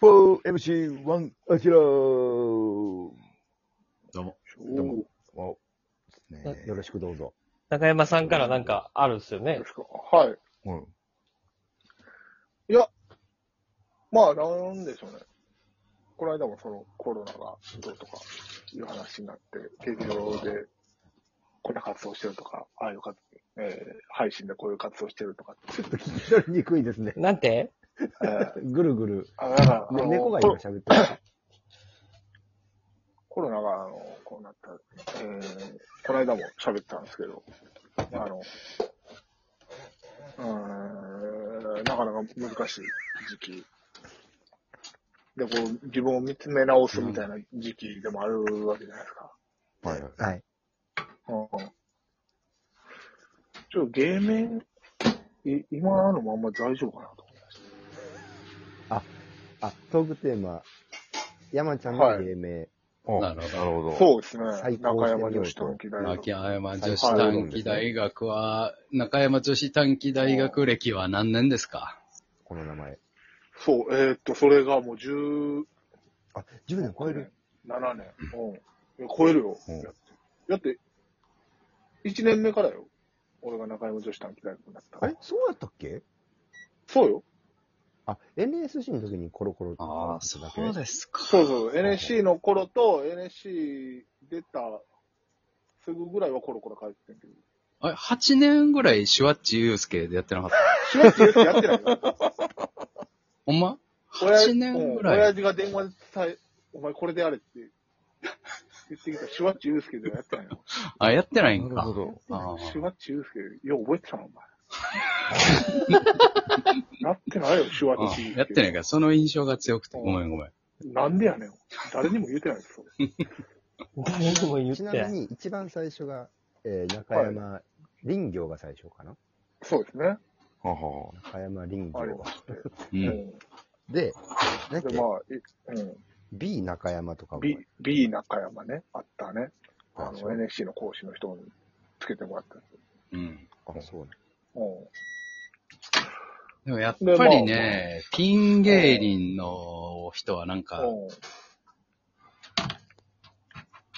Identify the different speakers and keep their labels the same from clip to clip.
Speaker 1: 4MC1 アキラー
Speaker 2: どうも。
Speaker 1: どうも、どうも
Speaker 3: は
Speaker 1: ね
Speaker 3: い
Speaker 1: よろしくどうぞ。
Speaker 3: 中山さんからなんかあるんですよね
Speaker 4: で。すか。はい。
Speaker 1: うん。
Speaker 4: まあ、なんでしょうね。この間もそのコロナがどうとかいう話になって、劇場でこんな活動してるとか、ああいう活動、えー配信でこういう活動してるとかって、
Speaker 1: ちょっと聞き取りにくいですね。
Speaker 3: なんて
Speaker 4: えー
Speaker 1: ぐるぐる。
Speaker 4: あだからあ
Speaker 1: ね
Speaker 4: の
Speaker 1: 猫が
Speaker 4: コ
Speaker 1: 今
Speaker 4: ロ
Speaker 1: 喋ってる。
Speaker 4: コロナがあのこうなった、えーこの間も喋ったんですけど、あの、うーん、なかなか難しい時期。で、こう、自分を見つめ直すみたいな時期でもあるわけじゃないですか。
Speaker 1: はいはい。
Speaker 3: はい。
Speaker 4: うんちょっと芸名、い今のまんま大丈夫かなと思いまし
Speaker 5: あ、トークテーマ、山ちゃん
Speaker 4: は
Speaker 5: の
Speaker 4: い
Speaker 5: 芸名、
Speaker 1: お
Speaker 2: なるほど
Speaker 1: なるほ
Speaker 4: た。
Speaker 1: ど。
Speaker 4: そうです
Speaker 5: 最
Speaker 4: ね。
Speaker 5: 高
Speaker 4: 中
Speaker 5: してみようと
Speaker 4: 山義時大学。
Speaker 2: 秋山女子短期大学は、中山女子短期大学歴は何年ですか
Speaker 5: この名前。
Speaker 4: そう、えーっと、それがもう10、
Speaker 5: あ、10年超える。
Speaker 4: 7年。うん。超えるよ。
Speaker 1: うん
Speaker 4: だって、1年目からよ。俺が中山女子短期大学になった
Speaker 5: あ
Speaker 4: から
Speaker 5: れそうだったっけ
Speaker 4: そうよ。
Speaker 5: あ、NSC の時にコロコロって
Speaker 2: ああ、
Speaker 5: った
Speaker 2: そ
Speaker 5: だ
Speaker 2: う
Speaker 5: け。
Speaker 2: ですか。
Speaker 4: そうそう。NSC の頃と NSC 出たすぐぐらいはコロコロ帰ってんけど。
Speaker 2: あれ、8年ぐらいシュワッチユースケでやってなかった。
Speaker 4: シュワッチユースやってないよ。
Speaker 2: ほんま
Speaker 4: 親
Speaker 2: ?8 年ぐ
Speaker 4: うん
Speaker 2: らい。
Speaker 4: 親父が電話で伝え、お前これでやれって言ってきた、シュワッチユースケでやってたんよ。
Speaker 2: あ、やってない
Speaker 1: なんる
Speaker 2: か
Speaker 1: ほ。ど。
Speaker 2: あ
Speaker 4: シュワッチユースケ、よう覚えてたのお 前。なってないよ、シュワ
Speaker 2: あ
Speaker 4: ッチユースケ。
Speaker 2: やってないから、その印象が強くて。ごめんごめん。
Speaker 4: なんでやねん。誰にも言うてないですよ。
Speaker 3: 誰にも言っ
Speaker 5: ち
Speaker 3: て
Speaker 5: な
Speaker 3: な
Speaker 5: み
Speaker 3: い。
Speaker 5: に、一番最初が、えー中山林業が最初かな。
Speaker 4: そうですね。
Speaker 1: はあは
Speaker 5: 中山林
Speaker 4: あり
Speaker 5: 業
Speaker 4: ま。して。
Speaker 2: う。
Speaker 4: うんん。
Speaker 5: で、なんだっ
Speaker 4: で、
Speaker 5: け
Speaker 4: まあ、いうん。
Speaker 5: B 中山とかも。
Speaker 4: B、B 中山ね、あったね。
Speaker 5: あ
Speaker 4: あ
Speaker 5: そう
Speaker 4: の、NSC の講師の人につけてもらったやつ。
Speaker 2: うん。
Speaker 5: あ、そうなん
Speaker 4: うん。
Speaker 2: でもやっぱりね、ピン芸人の人はなんか、
Speaker 4: うん。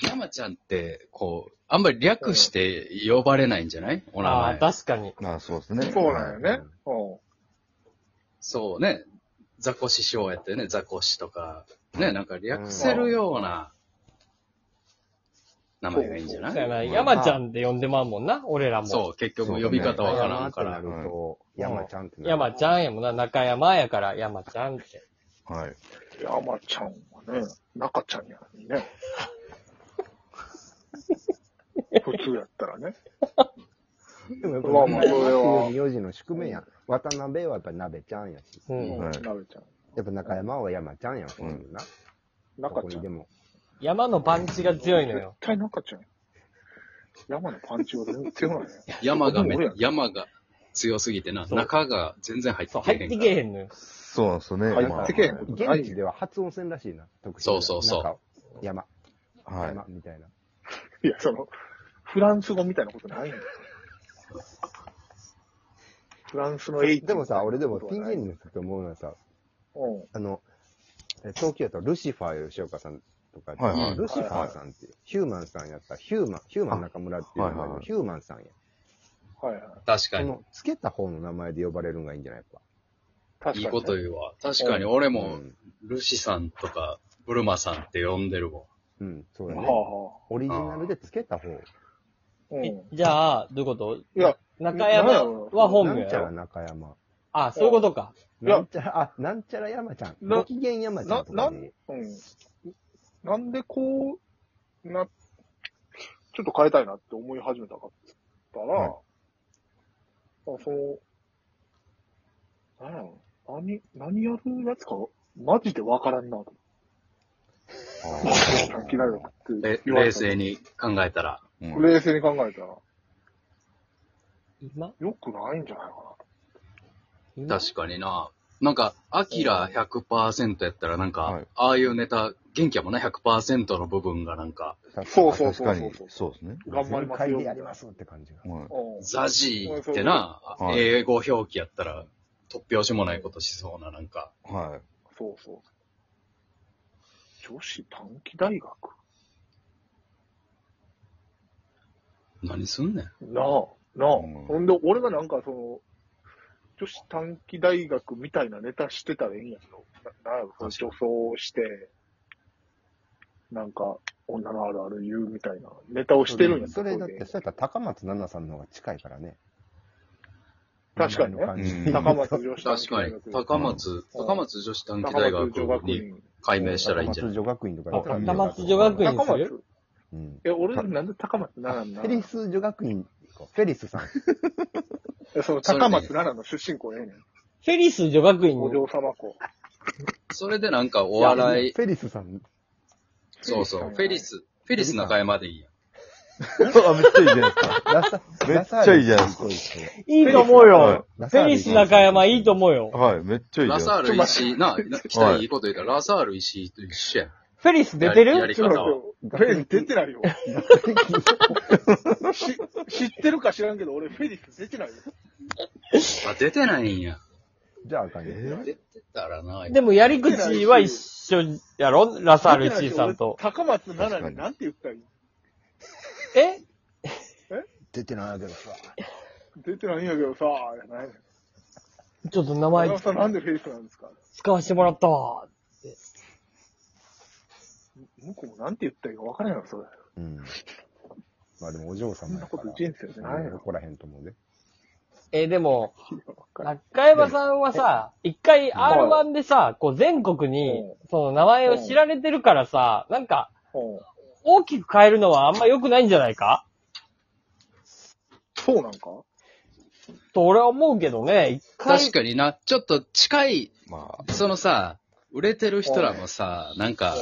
Speaker 2: 山ちゃんって、こう、あんまり略して呼ばれないんじゃないお名
Speaker 3: ああ、
Speaker 2: 前。
Speaker 3: 確かに。
Speaker 1: あ。ああそうですね。
Speaker 4: そうなんよね。うん。
Speaker 2: そうね。ザコシショウやってね、ザコシとか、ね、なんか略せるような名前がいいんじゃ
Speaker 3: そうや
Speaker 2: ない
Speaker 3: な、山ちゃんで呼んでまうもんな、俺らも。
Speaker 2: そう、結局呼び方わからんか
Speaker 5: 中
Speaker 2: ら。
Speaker 5: 山ってなると、山ちゃんってなる。
Speaker 3: 山ちゃんやもんな、中山やから山ちゃんって。
Speaker 1: はい。はい。
Speaker 4: 山ちゃんはね、中ちゃんやのにね。普通やったらね。
Speaker 5: でもやっぱ
Speaker 4: まあまあ
Speaker 5: 中山っていう名字の宿命やん。渡辺はやっぱ鍋ちゃんやし。
Speaker 3: う
Speaker 4: うん
Speaker 3: ん。
Speaker 1: はい
Speaker 4: 鍋ちゃん。
Speaker 5: やっぱ中山は山ちゃんやん、そういうな。ど
Speaker 4: 中
Speaker 5: こ
Speaker 4: ちゃ
Speaker 5: に
Speaker 4: ん。
Speaker 5: でも。
Speaker 3: 山のパンチが強いの
Speaker 4: 絶
Speaker 3: よ。
Speaker 4: 対中ちゃんや。山のパンチは全然強ないね。
Speaker 2: 山がめ
Speaker 4: 俺やん、
Speaker 2: 山が強すぎてな、
Speaker 3: そう
Speaker 2: 中が全然入って
Speaker 3: そう、
Speaker 2: け
Speaker 3: 入
Speaker 2: へ
Speaker 3: って
Speaker 2: ん
Speaker 3: け
Speaker 2: か
Speaker 3: えへ
Speaker 2: ら。
Speaker 3: んのよ。
Speaker 1: そうなんですよね。
Speaker 4: 入ってけへんことない
Speaker 5: 現地では発音せんらしいな、特
Speaker 2: そうそうそう
Speaker 5: なんか山、
Speaker 1: まあはい。
Speaker 5: 山みたいな。
Speaker 4: いや、その、フランス語みたいなことないんだよ。フランスの H みた
Speaker 5: で
Speaker 4: いなこ
Speaker 5: も
Speaker 4: とは
Speaker 5: さ、
Speaker 4: ない。
Speaker 5: 俺でもピン芸人の人って思うのはさ、
Speaker 4: うん。
Speaker 5: あの、え東京やとルシファー吉岡さんとか、
Speaker 1: はい
Speaker 2: はい
Speaker 5: ルシファーさんって、ヒューマンさんやったら、ヒューマン、ヒューマン中村っていう名
Speaker 1: はい
Speaker 5: 前
Speaker 1: はいは
Speaker 5: の
Speaker 1: い
Speaker 5: ヒューマンさんや。
Speaker 4: はいはい。
Speaker 2: 確か
Speaker 5: そ
Speaker 2: に。
Speaker 5: の、つけた方の名前で呼ばれるんがいいんじゃないやっ
Speaker 4: 確か
Speaker 2: い
Speaker 4: に。
Speaker 2: いこと言うわ。確かに俺
Speaker 5: ぱ。
Speaker 2: も、ルシさんとか、ブルマさんって呼んでるも
Speaker 5: う
Speaker 2: ん。
Speaker 5: ん、うん、そうだ
Speaker 4: は
Speaker 5: ね。
Speaker 4: あはあ。
Speaker 5: オリジナルでつけた方。
Speaker 4: うん。
Speaker 3: えじゃあ、どういうことい
Speaker 4: や、
Speaker 3: 中山は本
Speaker 5: な
Speaker 3: 名
Speaker 5: んちゃ
Speaker 3: や
Speaker 5: ら
Speaker 3: ろ。
Speaker 5: 中山。
Speaker 3: ああ、そういうことか。
Speaker 4: いや
Speaker 5: なんちゃら、あ、なんちゃら山ちゃん。
Speaker 4: な
Speaker 5: ご機嫌山ちゃんと
Speaker 4: な
Speaker 5: か
Speaker 4: な
Speaker 5: で。
Speaker 4: うん。なんでこう、な、ちょっと変えたいなって思い始めたかって言ったら、
Speaker 1: はい
Speaker 4: あその、なんやろ、何、何やるやつか、マジでわからんな と。さっきだよって
Speaker 2: れ
Speaker 4: 言われ
Speaker 2: 冷
Speaker 4: た
Speaker 2: 静に考えたら。
Speaker 1: うん
Speaker 4: 冷静に考えたら、
Speaker 3: 今
Speaker 4: よくないんじゃないかなと。
Speaker 3: 今
Speaker 2: 確かにな。なんか、アキラ100%やったらなんか、
Speaker 1: はい
Speaker 2: ああいうネタ、元気やもんな、100%の部分がなんか、
Speaker 4: そう
Speaker 1: あ
Speaker 4: そうそう
Speaker 1: 確か
Speaker 4: そう
Speaker 1: に。そうですね。
Speaker 4: 頑張ります
Speaker 5: 全
Speaker 4: よ。
Speaker 5: 開でやりますって感じが。
Speaker 1: はい。
Speaker 4: うん
Speaker 2: ザジーってな、
Speaker 1: はい
Speaker 2: 英語表記やったら、突拍子もないことしそうな、なんか、
Speaker 1: はい。
Speaker 4: そうそう。女子短期大学
Speaker 2: 何すんねん。
Speaker 4: なあ、なあ。
Speaker 1: うん
Speaker 4: ほんで、俺がなんかその、女子短期大学みたいなネタしてたらいいんやけど、ななんやろ、その女装して、なんか、女のあるある言うみたいなネタをしてるんや
Speaker 5: それだっ
Speaker 4: そ
Speaker 5: て、
Speaker 4: れで
Speaker 5: そうやったら高松奈々さんの方が近いからね。
Speaker 4: 確かにね
Speaker 5: 名前の感
Speaker 1: う
Speaker 5: じ
Speaker 1: ん
Speaker 4: 高松女子短
Speaker 2: 確
Speaker 4: 期大学。。
Speaker 2: かに高松、
Speaker 4: うん
Speaker 2: 高松女子短期
Speaker 4: 高
Speaker 2: 大
Speaker 4: 松
Speaker 2: 学
Speaker 4: 女学
Speaker 2: に
Speaker 4: 院。
Speaker 2: 改名したらいいんじゃない
Speaker 5: 高松女学院とか
Speaker 3: あ
Speaker 5: だったら
Speaker 3: 高松女学院
Speaker 4: 高
Speaker 3: にす
Speaker 4: 松
Speaker 3: る。
Speaker 5: うん。
Speaker 4: え、俺なんで高松奈々な
Speaker 5: フ
Speaker 4: ん
Speaker 5: ェ
Speaker 4: だ
Speaker 5: リス女学院、フェリスさん。
Speaker 4: えその高松奈々の出身校ええねん。
Speaker 3: フェリス女学院
Speaker 4: お
Speaker 3: に
Speaker 4: 嬢様校。
Speaker 2: それでなんかお笑い、
Speaker 5: フェリスさん。
Speaker 2: そうそう、フェリ
Speaker 4: ス。
Speaker 2: ス、フェリス中山でいいや。
Speaker 1: めっちゃいいじゃないですか。
Speaker 5: めっ
Speaker 1: めっちゃいいじゃないですか
Speaker 5: すか。
Speaker 3: いいと思うよ。
Speaker 5: フ
Speaker 3: フェリス中山いいと思うよ。
Speaker 1: はい、めっちゃいいじゃ
Speaker 2: ラ
Speaker 1: ないです
Speaker 2: サ
Speaker 1: か。
Speaker 2: ール石井、な、な来たいいこと言ったら、ラサール石井と一緒やん。
Speaker 3: フェリス出て
Speaker 2: や
Speaker 3: る
Speaker 2: り
Speaker 4: ちょっ
Speaker 2: 方は。
Speaker 4: と待ってよフェリス出てない よ。し知ってるか知らんけど、俺フェリス出てないよ。
Speaker 2: あ、出てないんや。
Speaker 5: じゃああかんね。
Speaker 1: え
Speaker 2: 出てたらな。
Speaker 3: でもやり口は一緒やろラサール石井さんと
Speaker 4: 俺。高松奈々に何て言ったらいい
Speaker 3: え
Speaker 5: 出てないけどさ。
Speaker 4: 出てないんやけどさ、やないねん
Speaker 3: ちょっと名
Speaker 4: 高
Speaker 3: 前
Speaker 4: 松さんなんでフェリスなんですか
Speaker 3: 使わせてもらったわ。
Speaker 4: 向こうもなんて言ったらいいか分からんよ、それ。
Speaker 5: うん。まあでもお嬢
Speaker 4: そん
Speaker 5: 様
Speaker 4: な
Speaker 5: や
Speaker 4: こ
Speaker 5: か
Speaker 4: と
Speaker 5: ら。
Speaker 4: 人生でないよ。
Speaker 5: 怒らへんと思うで。
Speaker 3: え、でも、
Speaker 4: 分からん
Speaker 3: 中山さんはさ、一回 R1 でさ、こう全国に
Speaker 4: う、
Speaker 3: その名前を知られてるからさ、なんか、
Speaker 4: うん
Speaker 3: 大きく変えるのはあんま良くないんじゃないか
Speaker 4: そうなんか
Speaker 3: と俺は思うけどね、一回。
Speaker 2: 確かにな、ちょっと近い、
Speaker 1: まあ、
Speaker 2: そのさ、売れてる人らもさ、なんか、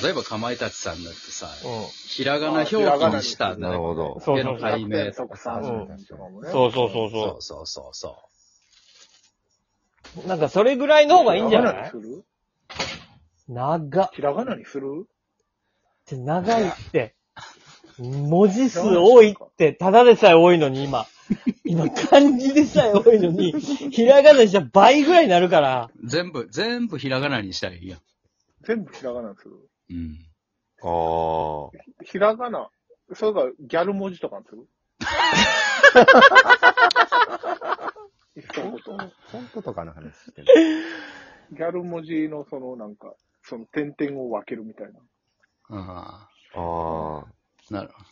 Speaker 2: 例えばかまいたちさんだってさ、
Speaker 3: う
Speaker 2: ひらがな表記にしたんだ
Speaker 1: な
Speaker 2: よ。
Speaker 1: るほど。
Speaker 3: そう
Speaker 2: 手の解明と
Speaker 4: 特産とかもね
Speaker 3: ん。そうそうそう
Speaker 2: そ
Speaker 3: そう
Speaker 2: そうそうそう。
Speaker 3: う。なんかそれぐらいの方がいいんじゃな
Speaker 4: ひらがなに
Speaker 3: い
Speaker 4: する
Speaker 3: 長っ
Speaker 4: ひらがなにする
Speaker 3: て長いって。文字数多いって、ただでさえ多いのに 今。今漢字でさえ多いのに、ひらがなじゃ倍ぐらいになるから。
Speaker 2: 全部、全部ひらがなにしたらいいやん。
Speaker 4: 全部ひらがなにする
Speaker 2: うん。
Speaker 1: ああ。
Speaker 4: ひらがな、それかギャル文字とかにするいっそのこと。
Speaker 5: フォントとかの話してる。
Speaker 4: ギャル文字のそのなんか、その点々を分けるみたいな。
Speaker 2: あ
Speaker 1: あ
Speaker 2: あ、なるほ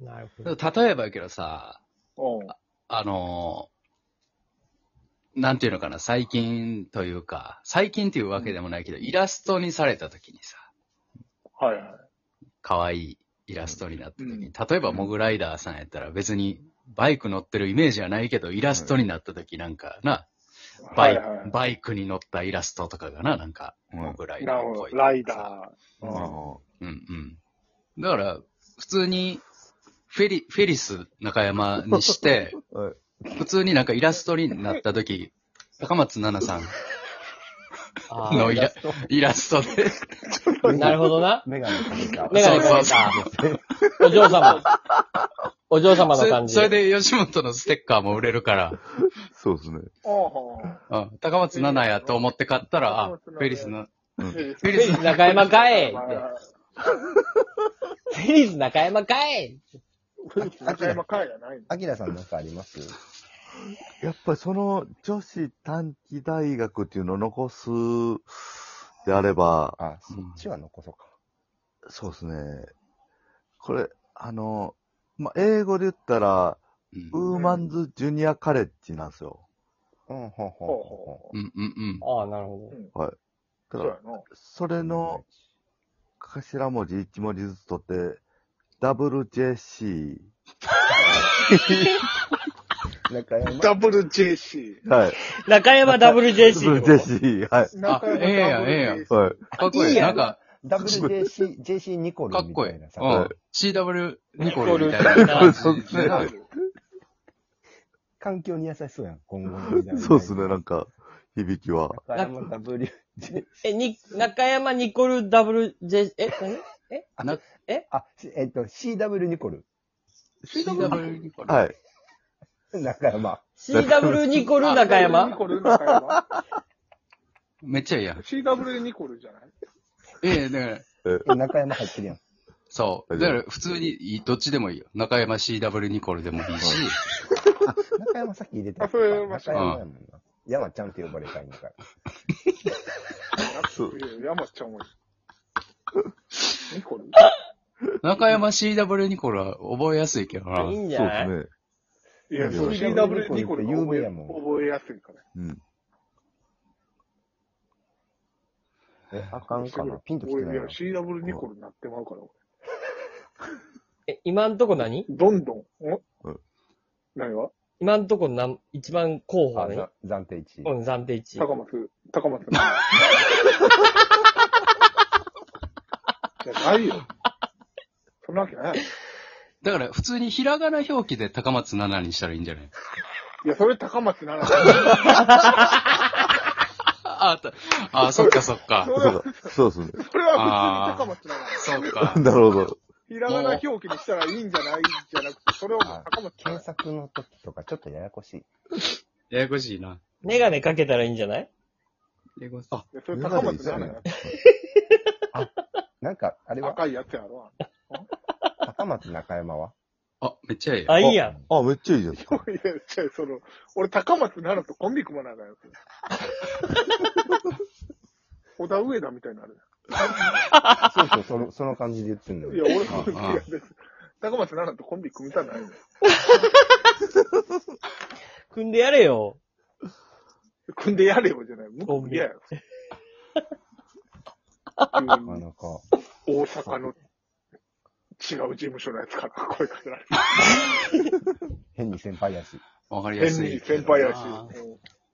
Speaker 2: ど
Speaker 3: なるほ。
Speaker 2: だから例えばやけどさ、
Speaker 4: うん。
Speaker 2: あのーなんていうのかな、最近というか、最近っていうわけでもないけど、イラストにされた時にさ、
Speaker 4: はいはい。
Speaker 2: 可愛いイラストになった時に、
Speaker 4: うん
Speaker 2: 例えばモグライダーさんやったら別にバイク乗ってるイメージはないけど、イラストになった時なんかな、バイ,、
Speaker 4: はいはい
Speaker 2: バイクに乗ったイラストとかがな、なんか、
Speaker 1: あ。うん
Speaker 2: モグライダ
Speaker 4: な
Speaker 2: ー
Speaker 4: る
Speaker 2: っ
Speaker 4: ほ
Speaker 2: ぽい。
Speaker 4: ど。ライダー。
Speaker 1: あ
Speaker 4: うん
Speaker 1: ー
Speaker 2: うんうん。だから、普通に、フェリ、フェリス中山にして、
Speaker 1: はい
Speaker 2: 普通になんかイラストになった時、高松菜奈さん
Speaker 3: あ
Speaker 2: の
Speaker 3: ー
Speaker 2: イライラストで、
Speaker 3: なるほどな。
Speaker 5: メガネかけた。
Speaker 3: メガネかけた。お嬢様。お嬢様
Speaker 2: そ
Speaker 3: の
Speaker 2: れ
Speaker 3: 感じ。
Speaker 2: それで吉本のステッカーも売れるから、
Speaker 1: そうですね。
Speaker 4: あ
Speaker 2: うん高松菜奈やと思って買ったら、あ、
Speaker 4: 高
Speaker 2: フ
Speaker 4: 松菜奈
Speaker 2: ェリスの、
Speaker 4: あ。フ
Speaker 2: フェ
Speaker 3: フェ
Speaker 2: リス
Speaker 3: リス中山かい
Speaker 4: まあ
Speaker 3: フェリス中山かい
Speaker 4: フェリス中山かいやないの。
Speaker 5: アキラさんなんかあります
Speaker 1: やっぱりその女子短期大学っていうのを残すであれば、
Speaker 5: あ、そっちは残そうか。
Speaker 1: そうですね。これ、あの、まあ、英語で言ったら、
Speaker 2: うん
Speaker 1: ウーマンズジュニアカレッジなんですよ。
Speaker 5: うん、ほうほう
Speaker 4: ほう
Speaker 5: ほ
Speaker 4: ほ
Speaker 2: うんうんうん。
Speaker 3: ああ、なるほ
Speaker 4: う。
Speaker 1: だ
Speaker 4: そ
Speaker 1: か
Speaker 4: う
Speaker 1: ら
Speaker 4: や、な。
Speaker 1: それ
Speaker 5: う。
Speaker 1: の、頭文字1文字ずつ取って、WJC。
Speaker 5: 中山。
Speaker 4: ダブル JC。
Speaker 1: はい。
Speaker 3: ど。中山 WJC ってこと。
Speaker 1: WJC。はい。
Speaker 4: 中山
Speaker 2: ええやんええやん
Speaker 4: WJC
Speaker 1: はい。
Speaker 2: かっこいい。
Speaker 5: いいや
Speaker 2: なん
Speaker 5: ん
Speaker 2: か、
Speaker 5: WJC、JC ニコ
Speaker 2: か
Speaker 5: ル
Speaker 2: っ
Speaker 5: み
Speaker 2: こ
Speaker 5: た
Speaker 2: いい。
Speaker 5: いうなんさ。。
Speaker 2: CW ニコルみたい
Speaker 3: ニコルみたい
Speaker 2: な
Speaker 3: な
Speaker 2: 感じ。
Speaker 1: そうですね
Speaker 2: ね
Speaker 5: 環境に優しそうやん、今後の時代。
Speaker 1: そうですね、なんか、響きは。
Speaker 5: 中山 WJC。
Speaker 3: え、に、中山ニコル WJ、え、何
Speaker 5: あ、しえっと、CW ニコル。
Speaker 2: CW ニコル。
Speaker 1: はい。
Speaker 5: 中山。
Speaker 3: ?CW ニコル中
Speaker 4: ニ
Speaker 3: 山
Speaker 4: コル中山
Speaker 2: めっちゃいいやん。
Speaker 4: CW ニコルじゃない
Speaker 2: ええ、だから、
Speaker 5: え中山入ってるやん。
Speaker 2: そう。だから、普通にいい、どっちでもいいよ。中山 CW ニコルでもいいし、
Speaker 5: 中山さっき入れて
Speaker 4: あそれは
Speaker 5: 中山やもんな。山ちゃんって呼ばれたいんだから。
Speaker 1: そう
Speaker 4: いや山ちゃんも。ニコル
Speaker 2: 中山 CW ニコルは覚えやすいけどな。
Speaker 3: いいんじゃ
Speaker 1: そう
Speaker 3: ない
Speaker 1: ですね。
Speaker 4: いや、そう
Speaker 5: CW
Speaker 4: CW ニコ
Speaker 5: ニコルっ
Speaker 4: ル
Speaker 5: て有名
Speaker 4: 覚え
Speaker 5: やもん
Speaker 4: 覚えやすいから。
Speaker 1: うん。
Speaker 5: え、あかんかな。ピンときてない
Speaker 4: 俺い
Speaker 5: な
Speaker 4: や、。CW ニコルになってまうから、俺
Speaker 3: え、今んとこ何
Speaker 4: どんどん。ん
Speaker 1: うん
Speaker 4: 何が
Speaker 3: 今んとこなん、一番候補は
Speaker 5: あ、
Speaker 3: ね
Speaker 5: ざ。暫定1
Speaker 3: う
Speaker 5: 位。
Speaker 3: ん、暫定1位。
Speaker 4: 高松、高松の。いや、ないよ。そんなわけない。
Speaker 2: だから、普通にひらがな表記で高松7にしたらいいんじゃない
Speaker 4: いや、それ高 松なら。そ
Speaker 2: あ、あった。あ、そっかそっか。
Speaker 1: そうかそうですね。
Speaker 4: れは普通に高松なら。
Speaker 2: そうか。
Speaker 1: なるほど。
Speaker 4: ひらがな表記にしたらいいんじゃないじゃなくて、それをもう高松なら
Speaker 5: 検。索の時とかちょっとややこしい。
Speaker 2: ややこしいな。
Speaker 3: メガネかけたらいいんじゃない
Speaker 2: ややこしい
Speaker 1: あ
Speaker 4: いやそれ高松ならや。
Speaker 5: なんか、あれは、
Speaker 4: 赤いやつやろ。
Speaker 5: 高松中山は
Speaker 2: あ、めっちゃええやん
Speaker 3: あ、いいやん。
Speaker 1: あ、めっちゃいいじゃないです
Speaker 4: い
Speaker 1: か。
Speaker 4: や、じゃその、俺高松ならとコンビ組まないからよ。小田上田みたいになる。
Speaker 5: そうそう、その、その感じで言ってんの
Speaker 4: いや、
Speaker 5: よ。
Speaker 4: 俺、い
Speaker 2: あ
Speaker 4: や
Speaker 2: あ
Speaker 4: 別に高松ならとコンビ組みたないのよ。
Speaker 3: 組んでやれよ。
Speaker 4: 組んでやれよじゃない。向こう嫌やろ。急
Speaker 5: あ、
Speaker 4: に
Speaker 5: なんか、
Speaker 4: 大阪の違う事務所のやつから声かけられる。
Speaker 5: 変に先輩やし。
Speaker 2: わかりや
Speaker 4: 変
Speaker 2: すい
Speaker 4: に
Speaker 2: け
Speaker 4: 先
Speaker 2: どな。
Speaker 4: 輩やし。うん